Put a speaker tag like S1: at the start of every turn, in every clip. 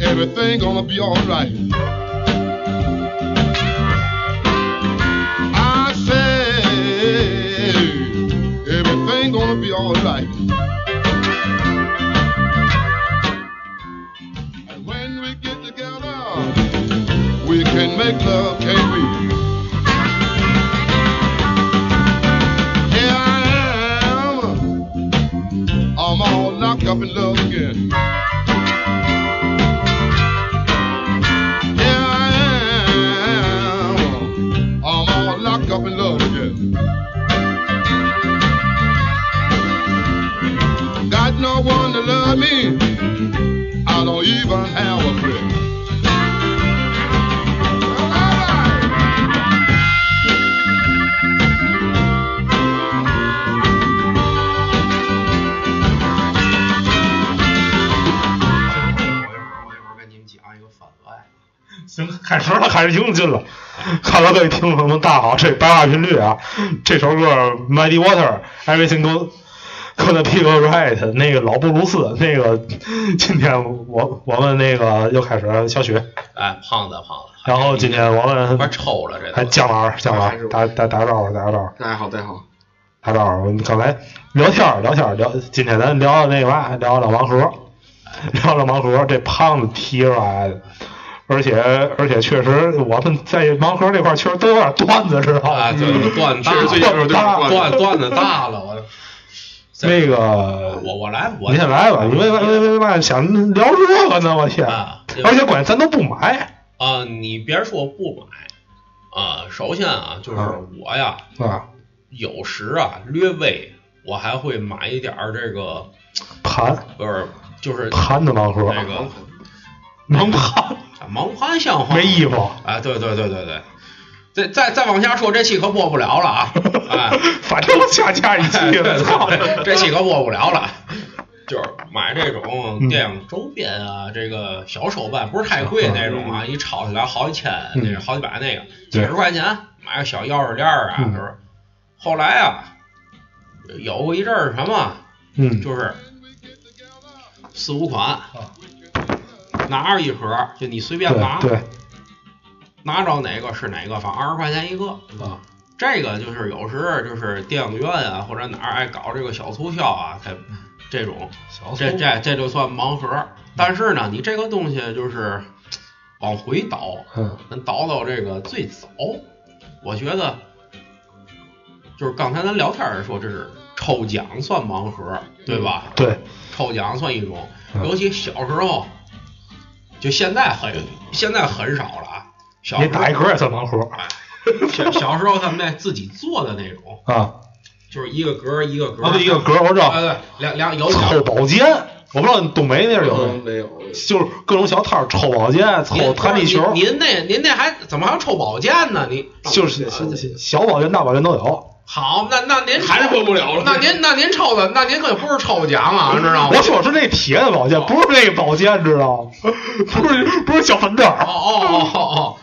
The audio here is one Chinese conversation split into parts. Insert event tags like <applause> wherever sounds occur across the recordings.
S1: everything gonna be alright. I said, everything gonna be alright. And when we get together, we can make love, can't we? Here I am. I'm all locked up in love again. Here I am. I'm all locked up in love again. Got no one to love me. I don't even have a friend.
S2: 我一会儿给你们讲一个反外。
S3: 行，开始了，开始用劲了。看到各位听众朋友们，大家好，这白话频率啊，这首歌《Mighty Water》，Everything Go Gonna Be Alright，那个老布鲁斯，那个今天我我们那个又开始了小雪，
S2: 哎，胖子胖子，
S3: 然后今天我
S2: 快
S3: 们
S2: 抽了这
S3: 还
S2: 都。
S3: 姜老师，姜老
S4: 还
S3: 师
S4: 是
S3: 打打打个招呼，打个招呼，
S4: 大家好，大家好。
S3: 打招呼。我们刚才聊天儿聊天儿聊，今天咱聊那个嘛，聊聊盲盒， <laughs> 聊聊盲盒，这胖子提出来的。而且而且确实，我们在盲盒这块儿确实都有点段子，知道嗯吧？
S2: 啊，对，段大
S4: 其实最近有点
S3: 大
S4: 断
S2: 段段子大了，我
S3: 那
S2: <laughs>
S3: 个，
S2: 我我来，我
S3: 你先来吧，你为为为为嘛想聊这个呢？我天！
S2: 啊，对吧
S3: 而且关键咱都不买
S2: 啊，你别说不买啊，首先啊，就是
S3: 啊
S2: 我呀，
S3: 啊，
S2: 有时啊略微我还会买一点儿这个，
S3: 盘
S2: 不是就是
S3: 盘的盲盒，
S2: 那个
S3: 能盘
S2: 啊盲盘像话
S3: 没衣服，
S2: 啊，对对对对对，再再再往下说，这期可播不了了
S3: <laughs>
S2: 啊！哎，
S3: 反正下架 <laughs> 一期了，
S2: <laughs>
S3: 操！
S2: 这期可播不了了。就是买这种电影周边啊，这个小手办不是太贵那种啊，一抄起来好几千，
S3: 嗯
S2: 那好几百那个，几
S3: 对
S2: 十块钱买个小钥匙链儿啊，
S3: 嗯
S2: 就是。后来啊，有过一阵儿什么，
S3: 嗯，
S2: 就是四五款，拿二一盒，就你随便拿，
S3: 对对
S2: 拿着哪个是哪个，反正二十块钱一个。
S3: 啊，
S2: 这个就是有时就是电影院啊，或者哪儿爱搞这个小促销啊，才这种，这这这就算盲盒。
S3: 嗯
S2: 但是呢，你这个东西就是往回倒，
S3: 嗯
S2: 咱倒到这个最早，我觉得就是刚才咱聊天儿说，这是抽奖算盲盒，对吧？
S3: 对，
S2: 抽奖算一种，
S3: 嗯
S2: 尤其小时候，就现在很现在很少了啊。小
S3: 你
S2: 时候
S3: 打一格也算盲盒
S2: 小小时候他们那自己做的那种，
S3: 啊，
S2: 就是一个格儿一个格儿，
S3: 啊对，一个格我知道
S2: 啊，，对，两两有
S3: 凑
S2: 两
S3: 宝剑，我不知道东北那是有
S1: 嗯
S3: 没有，
S4: 没有，
S3: 就是各种小摊儿抽宝剑、
S2: 您
S3: 抽
S4: 哦
S3: 弹力球，
S2: 您您那您那还怎么还有抽宝剑呢？你
S3: 就是小宝剑、大宝剑都有。
S2: 好，那那您
S4: 还是播不了了。
S2: 那您那您抽的，那您可不是抽奖啊，知道吗
S3: 我？说是那铁的宝剑，不是那个宝剑，知道吗？ <laughs> 不是不是小粉
S2: 哦
S3: 儿，
S2: 哦哦哦哦，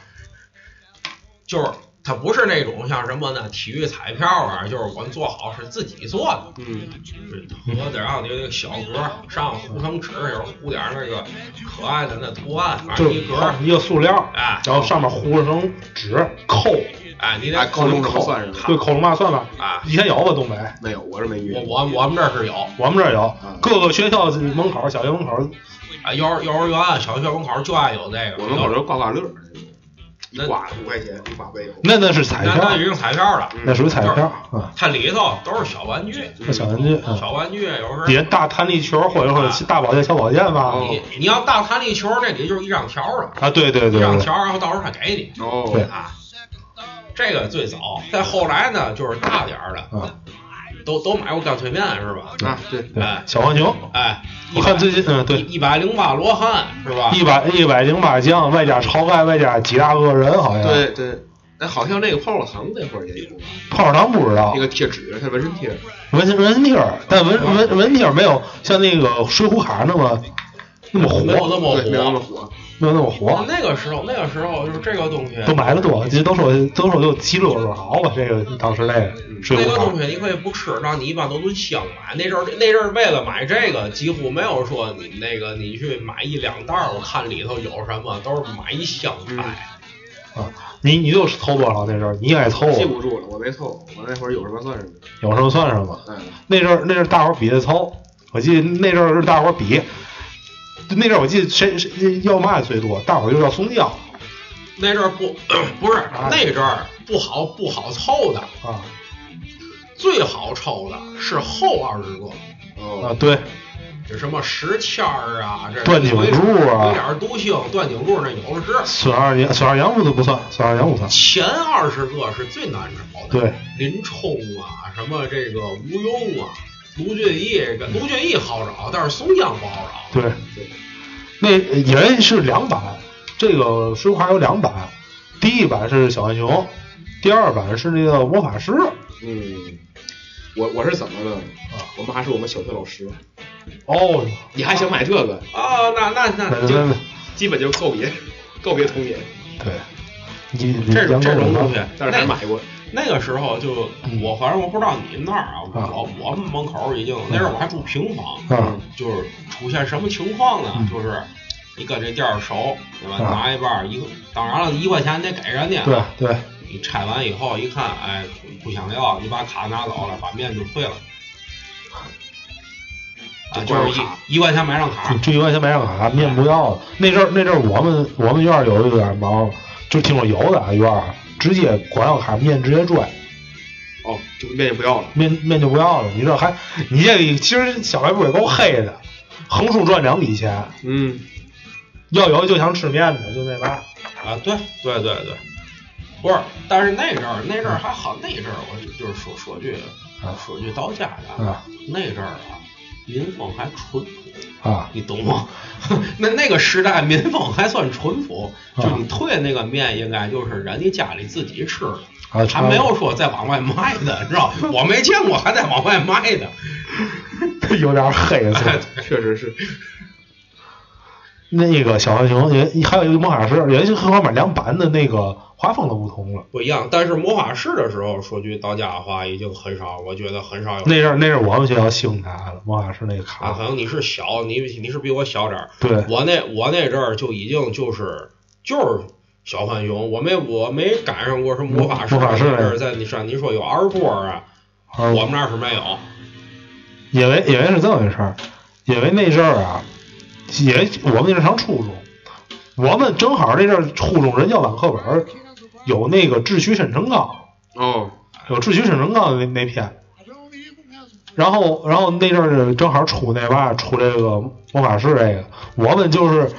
S2: 就是它不是那种像什么呢，体育彩票啊，就是我们做好是自己做的，
S4: 嗯，
S2: 就是盒子上有那个小格儿，上糊成纸，有时候糊点儿那个可爱的那图案，反
S3: 就
S2: 正
S3: 是
S2: 一格儿，
S3: 一个塑料，
S2: 哎
S3: 然后上面糊成纸扣，
S2: 哎，你
S4: 哎
S2: 得
S4: 扣中什么算什么？
S3: 对，口龙嘛算吧。
S2: 啊，
S3: 以前有吧，东北，
S4: 没有，我是没遇
S2: 我
S4: 见。
S2: 我我们这儿是有
S3: 我们这儿有，各个学校门口、小学门口，
S2: 啊，幼儿幼儿园、小学门口就爱有这个，
S4: 我门口就是刮刮乐，一
S2: 那
S4: 刮五块钱，一刮没有。
S3: 那那是彩
S2: 那那已
S3: 票，
S2: 经彩票了，
S3: 那属于彩票啊，
S2: 它里头都是小玩具，
S3: 那小玩具啊，
S2: 小玩具有
S3: 底
S2: 时
S3: 下大弹力球或者或
S2: 啊
S3: 者大宝剑、小宝剑吧
S2: 候，你你要大弹力球，那里就是一张条儿了，
S3: 啊，对哦对
S2: 一
S3: 对
S2: 张
S3: 对，
S2: 条儿，然后到时候他给你
S3: 对
S4: 哦，
S2: 啊。这个最早，再后来呢，就是大点儿的，
S3: 啊，
S2: 都都买过干脆面是吧？
S4: 啊，对，
S3: 对
S2: 哎，
S3: 小浣熊，
S2: 哎，
S3: 我看最近嗯对，
S2: 一百零八罗汉是吧？
S3: 一百一百零八将，外加晁盖，外加几大恶人，好像。，
S4: 对对。哎，好像那个泡泡糖那会儿也有吧，
S3: 泡泡糖不知道
S4: 那，个贴纸，它纹身贴。
S3: 文文贴儿，但
S2: 啊
S3: 文文文贴儿没有像那个水浒卡那么那么
S2: 没有
S3: 火。
S2: 那么
S4: 对，没有那么
S2: 火，
S4: 火。
S3: 没有那么火。
S2: 那个时候，那个时候就是这个东西，
S3: 都买的多，这都说都说就七六十好吧，这个当时那个水
S2: 那
S3: 浒
S2: 个
S3: 卡
S2: 东西你可以不吃，那你一般都蹲箱买。那阵儿那阵儿为了买这个，几乎没有说你那个你去买一两袋儿，我看里头有什么，都是买一箱菜。
S3: 啊，你你就凑多少那阵儿，你爱凑，
S4: 记不住了，我没凑，我那会儿有什么算什么。
S3: 有什么算什么。
S4: 嗯，
S3: 那阵儿那阵儿大伙儿比的糙，我记得那阵儿是大伙儿比，那阵儿我记得谁谁要嘛最多，大伙儿就要松江
S2: 那阵儿不 <clears throat> 不是那阵儿不好不好凑的，
S3: 啊
S2: 最好凑的是后二十个，
S3: 啊
S4: 哦，
S3: 对，
S2: 这什么石签儿啊，这
S3: 段景柱啊
S2: 鬼脸儿独星、段景柱那有的是。
S3: 孙二娘孙二娘不都不算，孙二娘不算，
S2: 前二十个是最难找的，
S3: 对，
S2: 林冲啊，什么这个吴用啊，卢俊义，跟卢俊义好找，但是松江不好找。
S3: 对，那也是两版，这个《水浒卡》有两版，第一版是小浣熊，第二版是那个魔法师哦
S4: 嗯，我我是怎么的？我妈是我们小学老师，
S3: 哦，
S4: 你还想买这个，
S2: 哦，那那
S3: 那
S2: 那
S3: 那
S2: 就
S3: 那
S4: 基本就告别告别童年，
S3: 对，你你
S2: 这种
S3: 杨哥
S2: 这种
S3: 怎么
S2: 东西
S3: 办，
S4: 但是还买过。
S2: 那个时候就
S3: 嗯
S2: 我反正我不知道你们那儿啊，
S3: 啊
S2: 我我们门口已经那时候我还住平房，
S3: 啊
S2: 就是出现什么情况呢？
S3: 嗯
S2: 就是你跟这店儿熟，对吧？
S3: 啊
S2: 拿一半儿一个，当然了，一块钱得给人家。
S3: 对 <laughs> 对，
S2: 你拆完以后一看，哎，不想要，你把卡拿走了，反面就退了。啊，
S4: 就
S2: 就
S4: 光有
S2: 是
S4: 卡
S2: 一一块钱买张卡
S3: 你，这一块钱买张卡，面不要了。那阵儿那阵儿我们我们院儿有一点忙，就听说有的啊院儿直接管要卡面直接拽，
S4: 哦，就面就不要了。
S3: 面面就不要了。你这还你这个其实小卖部也够黑的，横竖赚两笔钱，
S4: 嗯，
S3: 要有就想吃面的就那嘛。
S2: 啊，对对对对，不是，但是那阵儿那阵儿还好，那阵儿我就就是说说句
S3: 啊
S2: 说句到家的，
S3: 啊
S2: 那阵儿啊，民风还淳朴，
S3: 啊
S2: 你懂吗？ <laughs> 那那个时代民风还算淳朴，就你退那个面应该就是人家家里自己吃的。
S3: 啊，
S2: 还没有说再往外卖的，你知道？我没见过还在往外卖的。
S3: <laughs> 有点黑了。
S2: <laughs>
S4: 确实是。
S3: 那个小浣熊也还有一个魔法师，也是和我买两版的那个画风都不同了。
S2: 不一样，但是魔法师的时候，说句到家的话，已经很少，我觉得很少有。
S3: 那阵儿那阵儿我们学校兴起来了，魔法师那个
S2: 啊，可
S3: 卡，
S2: 能你是小，你你是比我小点儿。
S3: 对，
S2: 我那我那阵儿就已经就是就是小浣熊，我没我没赶上过什么魔法师。
S3: 魔法师
S2: 那阵儿在你上你说有二波啊，
S3: 啊
S2: 我们那儿是没有。
S3: 因为因为是这么回事儿，因为那阵儿啊，也我们那阵儿上初中，我们正好那阵儿初中人教版课本儿有那个《智取沈成纲》，
S4: 哦，
S3: 有《智取沈成纲》那那篇，然后然后那阵儿正好出那嘛出这个魔法师这个，我们就是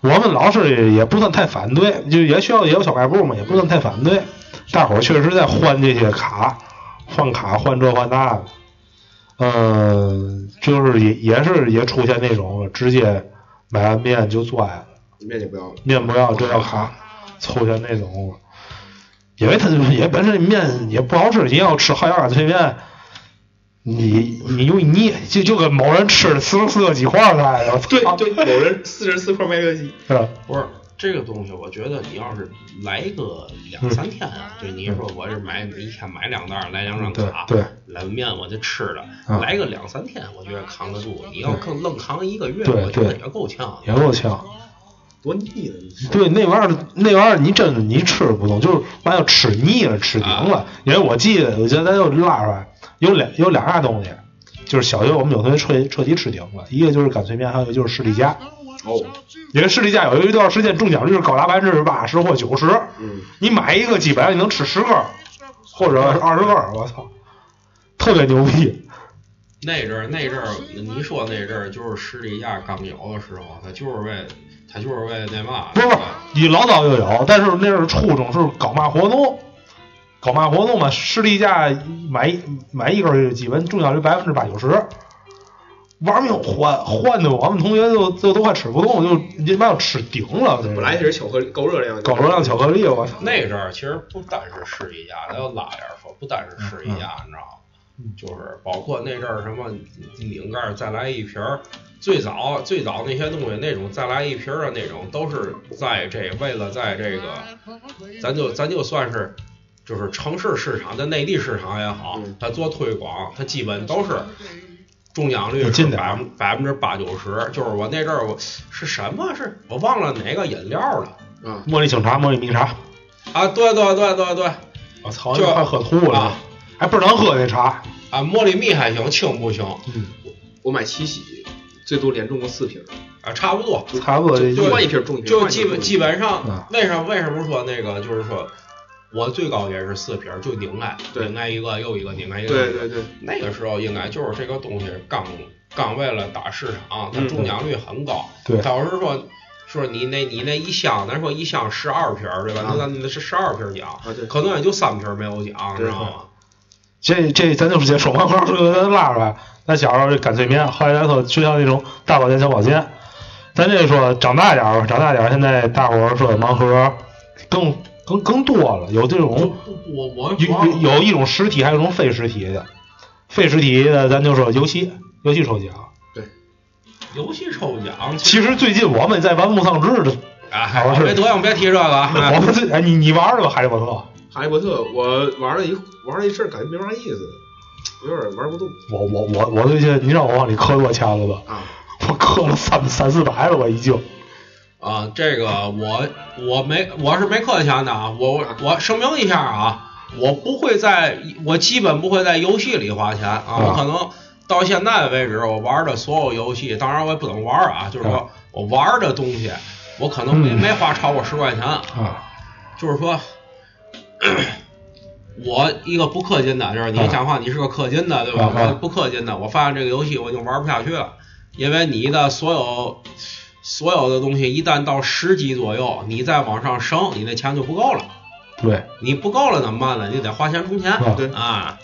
S3: 我们老师也也不算太反对，就也需要也有小卖部嘛，也不算太反对，大伙儿确实在换这些卡，换卡换这换那的。嗯，就是也也是也出现那种直接买完面就拽了，
S4: 面就不要了。
S3: 面不要这要卡，出现那种，因为他就是也本身面也不好吃，你要吃好样儿的脆面，你你容易腻，就就跟某人吃了四十四个鸡块儿来的，我哎操
S4: 对，就有人四十四块麦乐鸡，
S3: <laughs> 是吧
S2: 不是这个东西，我觉得你要是来个两三天啊，就你说我是买一天买两袋儿，来两张
S3: 嗯对
S2: 卡，
S3: 对，
S2: 来面我就吃了，
S3: 啊
S2: 来个两三天，我觉得扛得住。你要更愣扛一个月，
S3: 对
S2: 我觉得
S3: 对
S2: 也够呛。
S3: 也够呛。
S4: 多腻了！
S3: 对，那玩意儿，那玩意儿你真的你吃不动，就是完要吃腻了，吃顶
S4: 啊
S3: 了。因为我记得，我觉得咱又拉出来，有两有两样东西，就是小学我们有同学彻彻底吃顶了，一个就是干脆面，还有一个就是士力架。
S4: 哦，
S3: 因为士力架有一段时间中奖率高达百分之八十或九十，
S4: 嗯，
S3: 你买一个基本上你能吃十根儿或者二十根儿，我操，特别牛逼。
S2: 那阵儿那阵儿，你说那阵儿就是士力架刚有的时候，他就是为他就是为那嘛，
S3: 不是不是，你老早就有，但是那是初中是搞嘛活动，搞嘛活动嘛，士力架买一买一根儿基本中奖率百分之八九十，玩命换换的，我们同学就就都快吃不动，就你妈要吃顶了，这
S4: 本来也是巧克力高热量，
S3: 高热量巧克力，我操，嗯
S2: 那阵儿其实不单是士力架，他要拉点儿说，不单是士力架，你知道吗？就是包括那阵儿什么拧盖儿再来一瓶儿，最早最早那些东西那种再来一瓶儿的那种，都是在这为了在这个，咱就咱就算是就是城市市场，在内地市场也好
S4: 嗯，
S2: 它做推广，它基本嗯都是中奖率
S3: 有
S2: 是
S3: 进点
S2: 百
S3: 儿
S2: 分百分之八九十。就是我那阵儿我是什么是我忘了哪个饮料了
S4: 啊，
S3: 茉莉警察，茉莉蜜茶，
S2: 啊？对对对对对
S3: 我哦操，
S2: 就
S3: 快喝吐了
S2: 啊，
S3: 还不能喝那茶。
S2: 啊，茉莉蜜还行，清不行
S3: 嗯，
S4: 我买七喜，最多连中过四瓶，
S2: 啊，差不多。
S3: 差不多这意
S4: 就
S3: 思
S4: 换一瓶中一瓶，
S2: 就
S4: 换一
S2: 基
S4: 瓶
S2: 本
S4: 中一
S2: 基
S4: 瓶
S2: 本上
S3: 啊，
S2: 为什么为什么说那个就是说，我最高也是四瓶儿，就拧开，
S4: 对
S2: 拧开一个又一个，拧开一个。
S4: 对对。对，
S2: 那个时候应该就是这个东西刚刚为了打市场，它
S4: 嗯
S2: 中奖率很高。
S3: 对
S2: 当时说说你那你那一箱，咱说一箱十二瓶儿对吧？
S4: 啊
S2: 那咱那是十二瓶儿奖
S4: 啊对，
S2: 可能也就三瓶儿没有奖，知
S4: 对
S2: 道吗？
S3: 这这咱就是这手环号这个拉出来。咱小时候这擀脆面，后来咱可就像那种大保健小保健。咱这说长大点儿，长大点儿，现在大伙儿说的盲盒更更更多了，有
S2: 就
S3: 这种
S2: 我我
S3: 哦有有有一种实体，还有一种非实体的。非实体的，咱就说游戏，游戏抽奖。
S2: 游戏抽奖，
S3: 其实最近我们在玩《木丧志》 <laughs> 的，
S2: 哎，
S3: 我是
S2: 别德行，别提这个啊。
S3: <laughs> 我们最哎，你你玩儿了吧，《哈利波特》？
S4: 哈利波特我玩了一玩了一阵儿，感觉没啥意思，有点玩不动
S3: 我我我我最近，你让我往里磕多少钱了吧？
S4: 啊。
S3: <laughs> 我磕了三三四百了吧，已经。
S2: 啊，这个我我没我是没客气的啊，我我我声明一下啊，我不会在，我基本不会在游戏里花钱啊，我可能到现在为止我玩的所有游戏，当然我也不怎么玩啊，就是说我玩的东西，我可能没
S3: 嗯
S2: 没花超过十块钱，
S3: 啊，
S2: 就是说。 <clears throat> 我一个不氪金的，就是你
S3: 啊
S2: 讲话，你是个氪金的，对吧？
S3: 啊
S2: 我不氪金的，我发现这个游戏我已经玩不下去了，因为你的所有所有的东西一旦到十级左右，你再往上升，你那钱就不够了。
S3: 对，
S2: 你不够了怎么办呢？你得花钱充钱
S3: 啊
S4: 对
S2: 啊！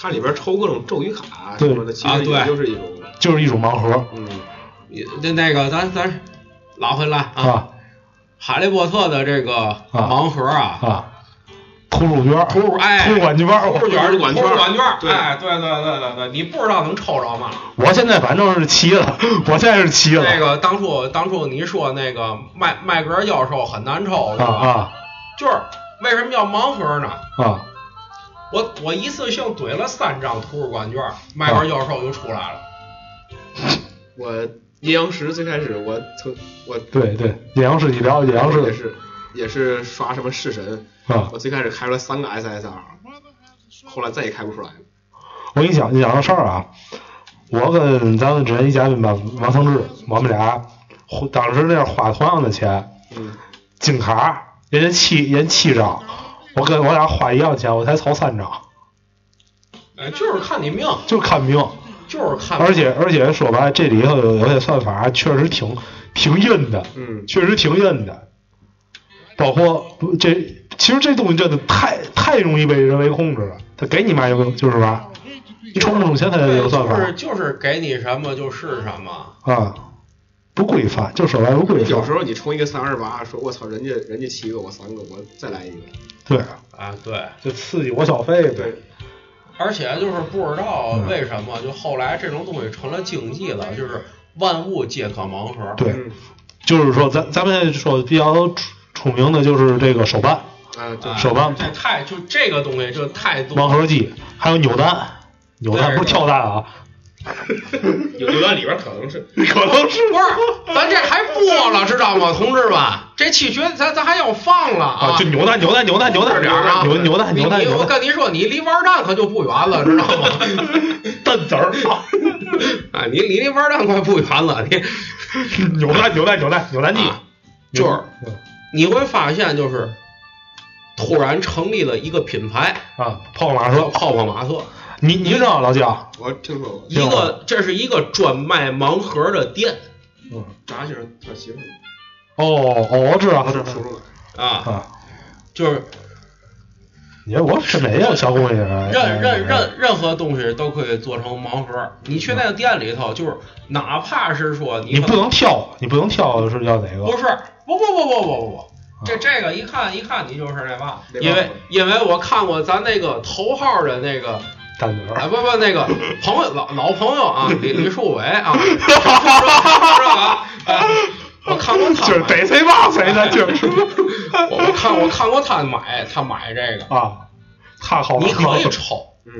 S4: 它里边抽各种咒语卡什么的，其实也就是一种，
S3: 就是一种盲盒
S4: 嗯，
S2: 你那那个，咱咱拉回来啊，
S3: 啊
S2: 哈利波特的这个盲盒啊，
S3: 啊，图书券儿，
S2: 图书哎
S3: 图书馆券儿。
S2: 图书
S3: 我
S2: 卷、
S4: 图书馆
S2: 图
S4: 券
S2: 书馆券，
S4: 对
S2: 哎，对对对对对，你不知道能抽着吗？
S3: 我现在反正是齐了，我现在是齐了
S2: 那个当初当初你说那个麦麦格教授很难抽，
S3: 啊
S2: 对吧？
S3: 啊
S2: 就是为什么叫盲盒呢？
S3: 啊！
S2: 我我一次性怼了三张图书馆券，麦
S3: 啊
S2: 格教授就出来了。
S4: 我阴阳师最开始我曾我
S3: 对对，野羊是你聊野羊是
S4: 也是也是刷什么式神，
S3: 啊！
S4: 我最开始开出来三个 SSR，后来再也开不出来了。
S3: 我跟你讲，你讲个事儿啊，我跟咱们之前一嘉宾吧，王承志，我们俩花当时那样花同样的钱，
S4: 嗯，
S3: 金卡人家七人家七张，我跟我俩花一样钱，我才凑三张，
S2: 哎，就是看你命，
S3: 就看病。
S2: 就是看命。
S3: 而且而且说白，了，这里头有有些算法确实挺挺阴的，
S4: 嗯
S3: 确实挺阴的。包括不这，其实这东西真的太太容易被人为控制了。他给你嘛有就是吧，你充不充钱他也有
S2: 对，
S3: 算
S2: 就
S3: 法
S2: 是就是给你什么就是什么。
S3: 啊，不规范，就说白了不规
S4: <laughs> 有
S3: 范
S4: 时。候你充一个三二八，说我操，人家人家七个，我三个，我再来一个。
S3: 对，
S2: 啊，对，
S3: 就刺激我消费呗。
S4: 对，
S2: 而且就是不知道
S3: 嗯
S2: 为什么，就后来这种东西成了经济了，就是万物皆可盲盒。
S3: 对，
S4: 嗯
S3: 就是说咱咱们说比较出出名的就是这个手办
S4: 啊，就
S2: 啊，
S3: 手办
S2: 这太就这个东西就太
S4: 嗯
S2: 多
S3: 盲盒机，还有扭蛋，扭蛋不是跳蛋啊，
S4: 有有段里边可能是
S3: 可能是
S2: 不是， <laughs> 咱这还播了，知道吗，同志们？这期绝咱咱还要放了啊！
S3: 啊，就扭蛋扭蛋扭蛋扭
S2: 这
S3: 蛋
S2: 点儿啊
S3: 扭扭蛋
S2: 你
S3: 扭蛋
S2: 你
S3: 扭
S2: 我
S3: 蛋，
S2: 跟你说，你离玩蛋可就不远了，知道
S3: <laughs>
S2: 吗？
S3: 蛋子儿， <laughs>
S2: 啊，你你离玩蛋快不远了，你
S3: 扭蛋扭蛋扭蛋扭蛋机，
S2: 啊就是
S3: 嗯
S2: 你会发现就是突然成立了一个品牌，
S3: 啊，泡泡玛
S2: 叫
S3: 特，
S2: 泡泡玛特，
S3: 你你知道老姜，
S4: 我听说过，
S2: 一个这是一个专卖盲盒的店
S3: 嗯，
S4: 扎先生他媳妇儿，
S3: 哦哦，我知道，我知
S4: 叔
S3: 道
S4: 叔来，
S2: 啊，
S3: 啊，
S2: 就是
S3: 你看我是没有小姑娘，啊哎
S2: 任任任任何东西都可以做成盲盒。你去那个店里头，就是哪怕是说
S3: 嗯你
S2: 可
S3: 不能挑，你不能挑是要哪个
S2: 不是，不不不不不不不，
S3: 嗯
S2: 这这个一看一看你就是那嘛，
S4: 那
S2: 因
S4: 帮
S2: 为
S4: 子
S2: 因为我看过咱那个头号的那个，
S3: 蛋卷
S2: 哎
S3: 儿，
S2: 不不那个朋友老老朋友
S3: <laughs>
S2: 啊，李李树伟啊，是吧？哎，我看过他
S3: <laughs> 就是逮
S2: 买，
S3: 谁骂谁的，就是
S2: 我我看我看过他买他买这个，
S3: 啊，太好了，
S2: 你可以抽，
S4: 嗯，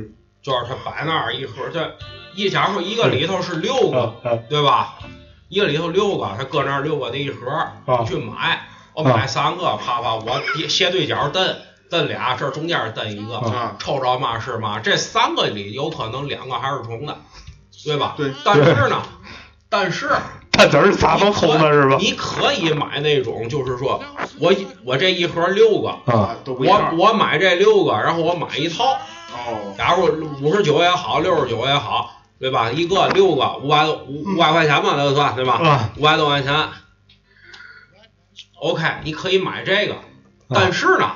S2: 就是他摆那儿一盒，这一假如说一个里头是六个，
S3: 嗯
S2: 对吧？一个里头六个，他搁那儿六个那一盒，
S3: 嗯
S2: 你去买，我买三个，啪啪，我斜斜对角蹬蹬俩，这中间蹬一
S3: 嗯
S2: 个，
S4: 啊
S2: 抽着嘛是嘛，这三个里有可能两个还是重的，对吧？
S4: 对
S2: 但是呢，但是
S3: 蛋卷儿是仨都偷的是吧？
S2: 你可以买那种，就是说我一我这一盒六个，
S3: 啊，
S4: 都不一
S2: 我
S4: 样。
S2: 我买这六个，然后我买一套，
S4: 哦，
S2: 假如五十九也好，六十九也好，对吧？一个六个五百多
S3: 嗯
S2: 五五百块钱嘛，那就算对吧？
S3: 啊，
S2: 五百多块钱，OK，你可以买这个，
S3: 嗯
S2: 但是呢，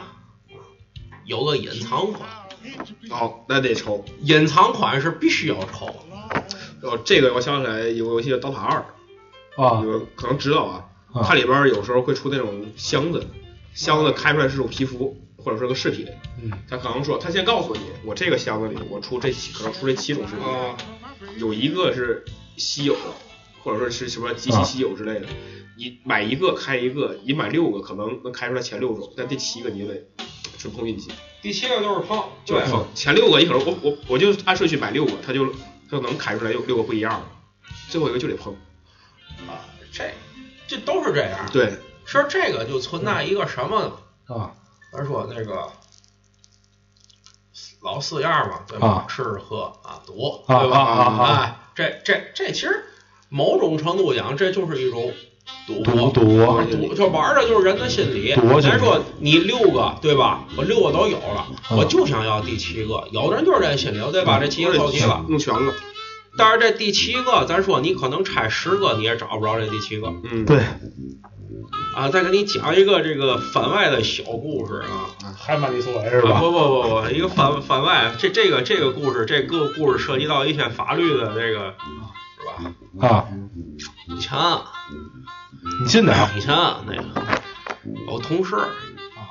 S2: 有个隐藏款，
S4: 哦，那得抽。
S2: 隐藏款是必须要抽的。
S4: 哦，这个我想起来有个游戏叫《刀塔二》，
S3: 啊
S4: 你们可能知道啊，
S3: 啊
S4: 它里边有时候会出那种箱子，箱子开出来是种皮肤或者是个饰品，
S3: 嗯
S4: 它可能说它先告诉你，我这个箱子里我出这七可能出这七种饰品，
S2: 哦
S4: 有一个是稀有的，或者说是什么极其稀有之类的。你买一个开一个，你买六个可能能开出来前六种，但第七个你得纯碰运气，
S2: 第七个就是碰，
S4: 就
S2: 对
S4: 是碰前六个你可能我我我就按顺序买六个，它就它就能开出来六六个不一样的，最后一个就得碰。
S2: 啊，这这都是这样。，
S4: 对，
S2: 其实这个就存在一个什么呢？
S3: 啊
S2: 咱说那个老四样嘛，对吧？
S3: 啊
S2: 吃喝啊赌，
S3: 啊
S2: 对吧？
S3: 啊啊啊
S2: 哎，这这这其实某种程度讲，这就是一种赌
S3: 赌
S2: 博。
S3: 赌啊
S2: 赌就玩的就是人的心理。
S3: 赌博心理
S2: 咱说你六个对吧？我六个都有了，
S3: 嗯
S2: 我就想要第七个。有的人就是这心理，我得把这七个凑齐
S3: 嗯
S2: 了。
S4: 弄全了。
S2: 但是这第七个，咱说你可能拆十个你也找不着这第七个
S4: 嗯，
S3: 对，
S2: 啊。再给你讲一个这个番外的小故事啊，
S3: 还蛮利索是
S2: 啊
S3: 吧？
S2: 不不不不，一个反反外，这这个这个故事，这个故事涉及到一些法律的这个，是吧？
S3: 啊，
S2: 以前啊
S3: 你进点儿
S2: 以前啊那个有同事，啊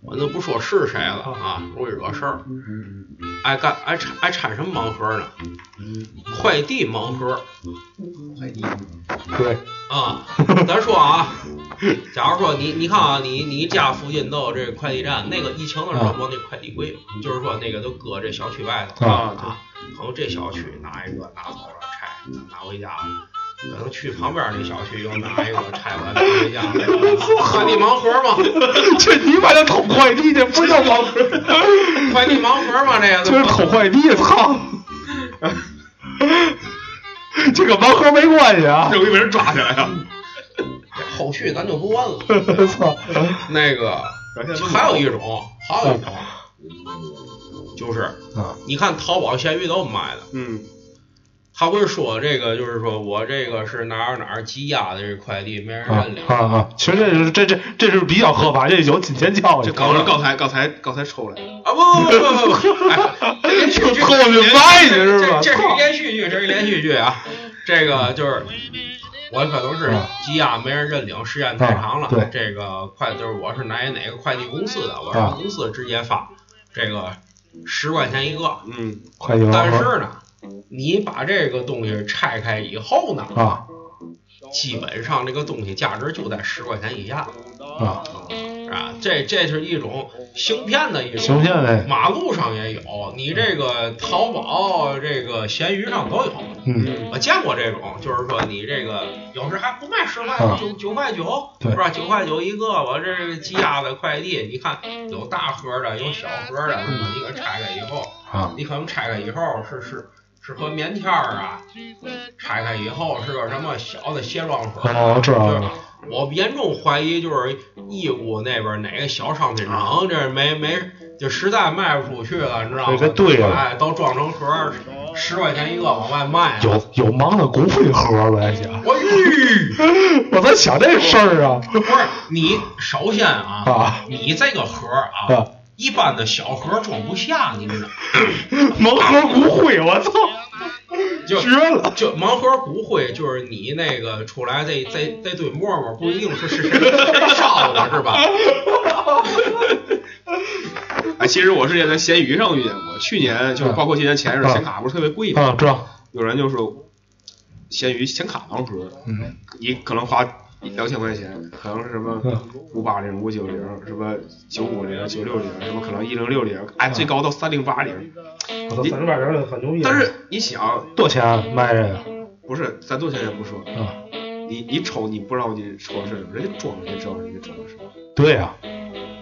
S2: 我就不说是谁了啊，容易惹事儿，爱干爱掺爱掺什么盲盒呢？快递盲盒
S3: 对，
S2: 啊，咱说啊，假如说你你看啊，你你家附近都有这个快递站，那个疫情的时候
S3: 啊
S2: 我那快递柜，就是说那个都搁这小区外头。
S3: 啊
S2: 啊，可能这小区拿一个拿走了拆，拿回家了。可能去旁边那小区又拿一个拆完拿回家了，快递盲盒嘛，
S3: <laughs> 这你把这捅快递，这不叫盲盒，
S2: 快递盲盒嘛，这个
S3: 就是捅快递，操！ <laughs> 这跟盲盒没关系啊！<laughs>
S4: <laughs> 容易被人抓起来啊！
S2: 后续咱就不问了。
S3: <laughs> 操！
S2: <laughs> 那个还有一种，还有一种，就是
S3: 啊
S2: 你看淘宝、闲鱼都有卖的，
S4: 嗯，
S2: 他会说这个就是说我这个是哪儿哪儿积压的这快递，没人
S3: 啊
S2: 认领。
S3: 啊啊！其实这是这这这是比较合法，这有金钱交易。
S4: 这刚是刚才刚才刚才抽来的，
S2: 啊不不不不不不，哎，这连续剧，
S3: 破明白你是吧
S2: 这这是
S3: 操
S2: 连续剧，这是连续剧啊！这个就是我可能是积压没人认领，时间太长了。
S3: 啊嗯对嗯
S2: 这个快就是我是哪哪个快递公司的，我让公司直接发这个十块钱一个。
S4: 嗯，
S3: 快递盲
S2: 但
S3: 盒
S2: 是呢，你把这个东西拆开以后呢，
S3: 啊
S2: 基本上这个东西价值就在十块钱以下
S3: 啊！
S2: 啊。这这是一种行骗的一种
S3: 行骗呗，
S2: 马路上也有，你这个淘宝、这个闲鱼上都有。
S3: 嗯，
S2: 我见过这种，就是说你这个有时还不卖十块
S3: 啊，
S2: 九九块九，
S3: 对
S2: 是吧？九块九一个，我这是积压的快递，你看有大盒的，有小盒的，你给拆开以后，
S3: 啊
S2: 你可能拆开以后是是是和棉签儿啊，拆开以后是个什么小的卸妆盒。
S3: 哦，我知道
S2: 就是
S3: 了。
S2: 我严重怀疑，就是义乌那边哪个小商品城，这没没就实在卖不出去了，你知道吗？
S3: 这个对了
S2: 哎，都装成盒儿，十块钱一个往外卖。
S3: 有有忙的骨灰盒，我在想，
S2: 我去，
S3: <laughs> 我在想这事儿啊
S2: 不是你，首先啊，
S3: <laughs> 啊
S2: 你这个盒儿啊
S3: 啊，！ <laughs>
S2: 一般的小盒儿装不下，你知道吗？
S3: 盲盒骨灰，我操！
S2: 就
S3: 绝了！
S2: 就盲盒不会，就是你那个出来这这这堆沫沫不一定是是谁谁烧的，是吧？
S4: <laughs> 哎，其实我之前在闲鱼上遇见过，去年就是包括今年前日，
S3: 嗯
S4: 显卡不是特别贵嘛，
S3: 啊，知道，
S4: 有人就说闲鱼显卡盲盒，
S3: 嗯，
S4: 你可能花两千块钱，可能是什么
S3: 嗯
S4: 五八零、五九零、什么九五零、九六零，什么可能一零六零，哎，最高到三零八零。
S3: 我操，三十万人很牛逼啊。
S4: 但是你想，
S3: 多少钱啊卖这个？
S4: 不是咱多钱也不说，
S3: 啊，
S4: 你你瞅你不知道你装什么，人家装人家知道人家装什么，
S3: 对啊呀，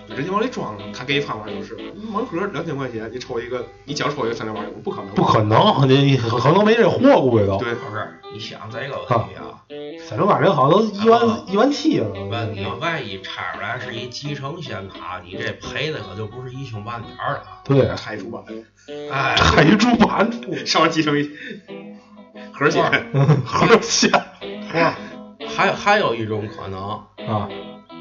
S4: 人家往里装，他给你看完就是盲盒两千块钱，你抽一个，你想抽一个三零八零，不可能，
S3: 不可能，你可能没这货，估计都。
S4: 对，
S2: 不是，你想这个问题啊，
S3: 三十万人好像都一万啊一万七了。
S2: 问你要万一拆出来是一集成显卡，你这赔的可就不是一星半点儿了。
S3: 对，啊
S4: 拆主板，
S2: 哎，
S3: 海珠版
S4: 上集成一盒
S2: 不
S4: 钱，
S2: 是
S3: 和弦
S2: 不是，还还有一种可能，
S3: <laughs> 啊，